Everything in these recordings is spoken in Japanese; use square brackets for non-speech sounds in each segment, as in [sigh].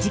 時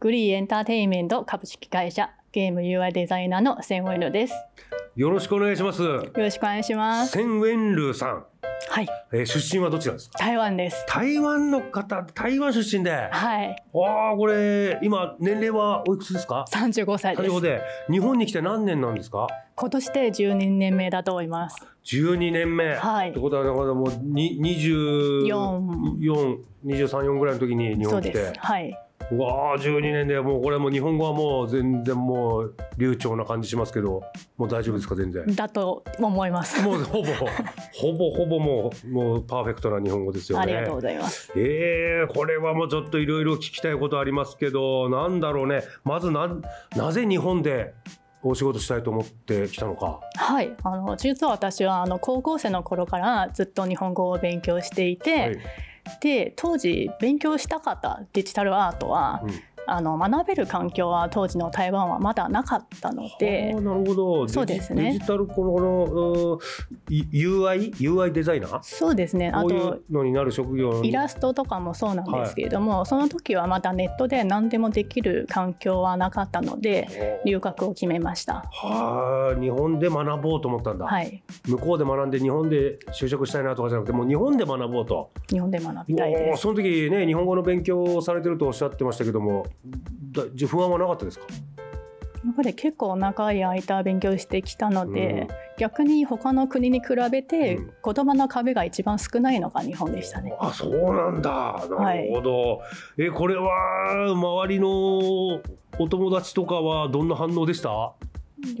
グリーエンターテインメント株式会社ゲーム UI デザイナーの千尾犬です。よよろしくお願いしますろしくお願いします。センウェンルーさん、はい、えー出身はどちらですか台湾です。台湾の方台湾出身であはい、あこれ今年齢はおいくつですか三十五歳で最後す。で日本に来て何年なんですか今年で十二年目だと思います。 12年目、はいってことはだからもう2423四ぐらいの時に日そう本来ですて。はい、うわあ12年でもうこれはもう日本語はもう全然もう流暢な感じしますけどもう大丈夫ですか全然だと思います。もうほぼほぼほぼもうもうパーフェクトな日本語ですよねありがとうございます。えー、これはもうちょっといろいろ聞きたいことありますけどなんだろうねまずななぜ日本でお仕事したいと思ってきたのかはい、あの実は私はあの高校生の頃からずっと日本語を勉強していて、はいで当時勉強したかったデジタルアートは、うんあの学べる環境は当時の台湾はまだなかったのであー、なるほどデジそうですねデジタルこのうー UI UI デザイナーそうですねあこういとうのになる職業にイラストとかもそうなんですけれども、その時はまだネットで何でもできる環境はなかったので留学を決めました。はあ日本で学ぼうと思ったんだ、はい、向こうで学んで日本で就職したいなとかじゃなくてもう日本で学ぼうと日本で学びたいでおーす。その時ね日本語の勉強をされてるとおっしゃってましたけどもだじゃ不安はなかったですかやっぱり結構長い間勉強してきたので、うん逆に他の国に比べてうん言葉の壁が一番少ないのが日本でしたね。あそうなんだなるほど、えこれは周りのお友達とかはどんな反応でしたや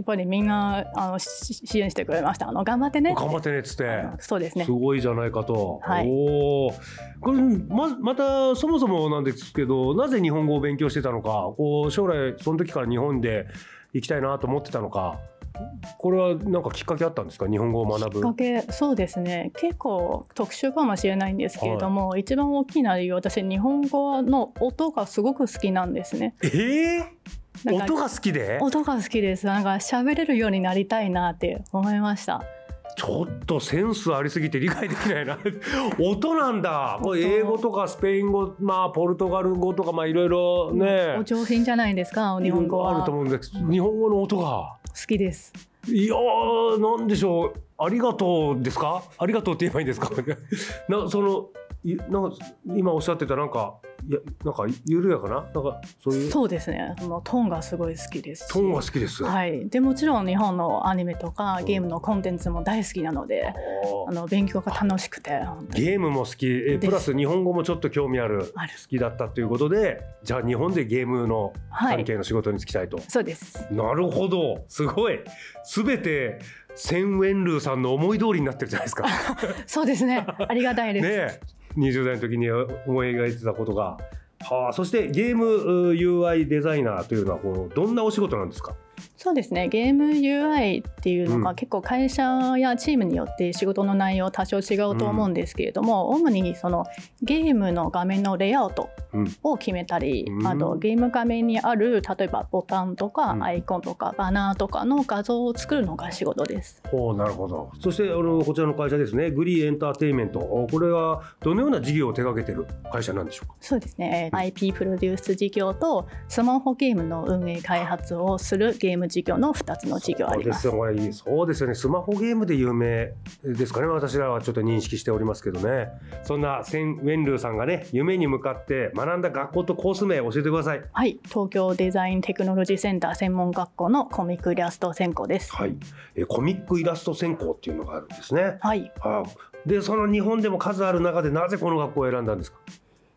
っぱりみんなあのし支援してくれました。あの頑張ってね。頑張ってねっつって。あのそうですねす。ごいじゃないかと。はいおーこれままたそもそもなんですけどなぜ日本語を勉強してたのかこう将来その時から日本で行きたいなと思ってたのかこれはなんかきっかけあったんですか日本語をきっ学ぶか。けそうですね結構特殊かもしれないんですけれども、一番大きな理由私日本語の音がすごく好きなんですねえー、なんか音が好きで音が好きですなんか喋れるようになりたいなって思いましたちょっとセンスありすぎて理解できない [laughs] な音なんだこれ英語とかスペイン語まあポルトガル語とかまあいろいろねお上品じゃないですか日本語いろいろあるはと好思うんですけど日本語の音が。きですいやー、なんでしょう。ありがとうですか。ありがとうって言えばいいんですか。 [laughs] な、その、いなんか、今おっしゃってた、なんか、いや、なんか、緩やかな、なんか、そういう。そうですねもうトーンがすごい好きですしトーンが好きです。はい、でもちろん日本のアニメとかゲームのコンテンツも大好きなので、おーあの勉強が楽しくて本当にゲームも好き、え、ですプラス日本語もちょっと興味ある。好あるきだったということで、じゃあ、日本でゲームのは関い係の仕事に就きたいと。そうですなるほど、すごい。すべて、センウェンルーさんの思い通りになってるじゃないで [laughs] すか。そうですねありがたいです、ねえ、20代の時に思い描いてたことが。はあ、そしてゲームうー UI デザイナーというのはこうどんなお仕事なんですかそうですねゲーム UI っていうのうがん結構会社やチームによって仕事の内容多少違うと思うんですけれども、主にそのゲームの画面のレイアウトうんを決めたり、うんあとゲーム画面にある例えばボタンとうかんアイコンとかバナーとかの画像を作るのが仕事です。ほうなるほどそしてあのこちらの会社ですねグリーエンターテインメントおこれはどのような事業を手掛けてる会社なんでしょうかそうですね IP プロデュース事業とスマホゲームの運営開発をするゲームム事業の2つの事業あそうりでますす。よこれそうですよねスマホゲームで有名ですかね私らはちょっと認識しておりますけどねそんなセン・ウェンルーさんがね夢に向かって学んだ学校とコース名教えてくださいはい、東京デザインテクノロジーセンター専門学校のコミックイラスト専攻です。はい、えーコミックイラスト専攻っていうのがあるんですねはい、あでその日本でも数ある中でなぜこの学校を選んだんですか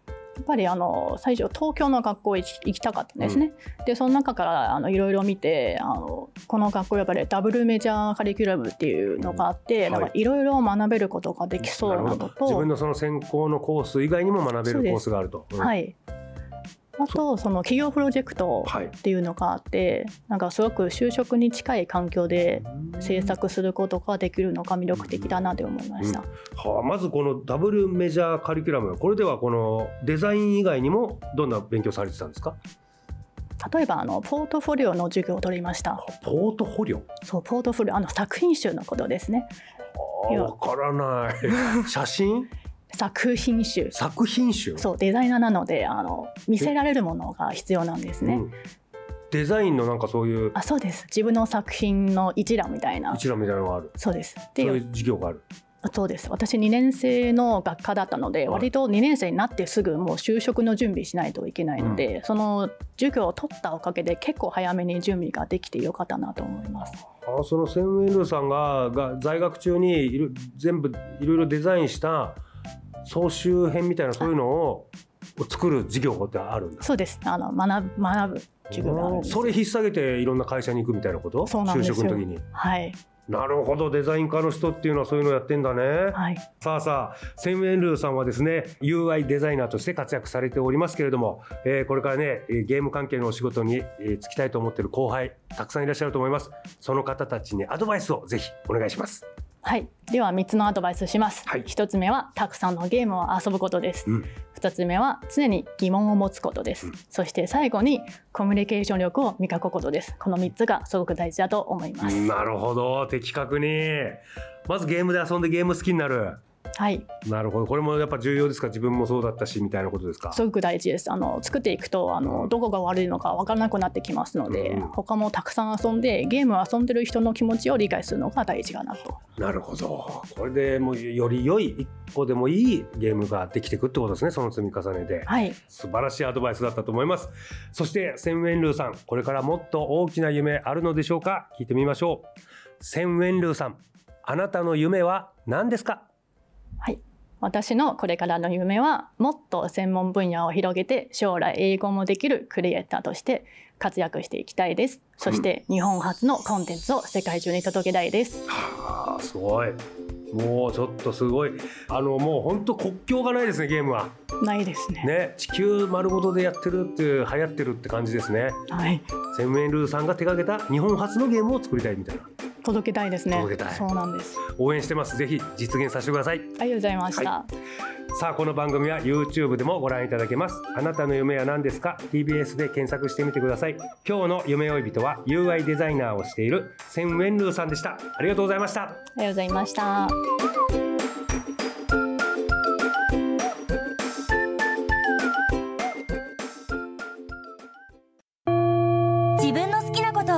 やっぱりあの最初東京の学校へ行き行きたかったんですね、でその中からあのいろいろ見てあのこの学校やっぱりダブルメジャーカリキュラムっていうのがあって、うんなんかいろいろ学べることができそうなの自分と、のその専攻のコース以外にも学べるコースがあると、うんはい、あとその企業プロジェクトはいっていうのがあってなんかすごく就職に近い環境で制作することができるのが魅力的だなと思いました、はあ、まずこのダブルメジャーカリキュラムこれではこのデザイン以外にもどんな勉強されてたんですか例えばあのポートフォリオの授業を取りましたポートフォリオそうポートフォリオあの作品集のことですねあいやーわからない写真作品集作品集そうデザイナーなのであの見せられるものが必要なんですね、うんデザインのなんかそういうあそうです自分の作品の一覧みたいな一覧みたいなのがあるそうですそうでいう授業があるあそうです私2年生の学科だったのではい割と2年生になってすぐもう就職の準備しないといけないので、その授業を取ったおかげで結構早めに準備ができてよかったなと思いますあそのセンウェンルーさんがが在学中にいろ全部いろいろデザインした総集編みたいなそういうのをを作る授業ってあるんだそうですあの学ぶ学ぶ授業があるんですそれ引っ提げていろんな会社に行くみたいなことそうなん就ですよ職の時にはいなるほどデザイン科の人っていうのはそういうのやってんだね、はいさあさあセンウェンルーさんはですね UI デザイナーとして活躍されておりますけれども、えーこれからねえーゲーム関係のお仕事にえー就きたいと思ってる後輩たくさんいらっしゃると思いますその方たちにアドバイスをぜひお願いしますはい、では3つのアドバイスします、はい一1つ目はたくさんのゲームを遊ぶことです、うん2つ目は常に疑問を持つことです、うんそして最後にコミュニケーション力を磨くことですこの3つがすごく大事だと思います、なるほど的確にまずゲームで遊んでゲーム好きになるはい、なるほどこれもやっぱ重要ですか自分もそうだったしみたいなことですかすごく大事ですあの作っていくとあの、うんどこが悪いのか分からなくなってきますので、うん他もたくさん遊んでゲームを遊んでる人の気持ちを理解するのが大事かなとなるほどこれでもうより良い一個でもいいゲームができていくってことですねその積み重ねではい素晴らしいアドバイスだったと思いますそしてセンウェンルーさんこれからもっと大きな夢あるのでしょうか聞いてみましょうセンウェンルーさんあなたの夢は何ですか私のこれからの夢はもっと専門分野を広げて将来英語もできるクリエイターとして活躍していきたいですそして日本初のコンテンツを世界中に届けたいですあーすごいもうちょっとすごいあのもう本当国境がないですねゲームはないですねね地球丸ごとでやってるっていう流行ってるって感じですねはいセンウェンルーさんが手掛けた日本初のゲームを作りたいみたいな届けたいですね届けたいそうなんです応援してますぜひ実現させてくださいありがとうございました、さあこの番組は YouTube でもご覧いただけますあなたの夢は何ですか TBS で検索してみてください今日の夢追い人は UI デザイナーをしているセン・ウェンルーさんでしたありがとうございましたありがとうございました自分の好きなこと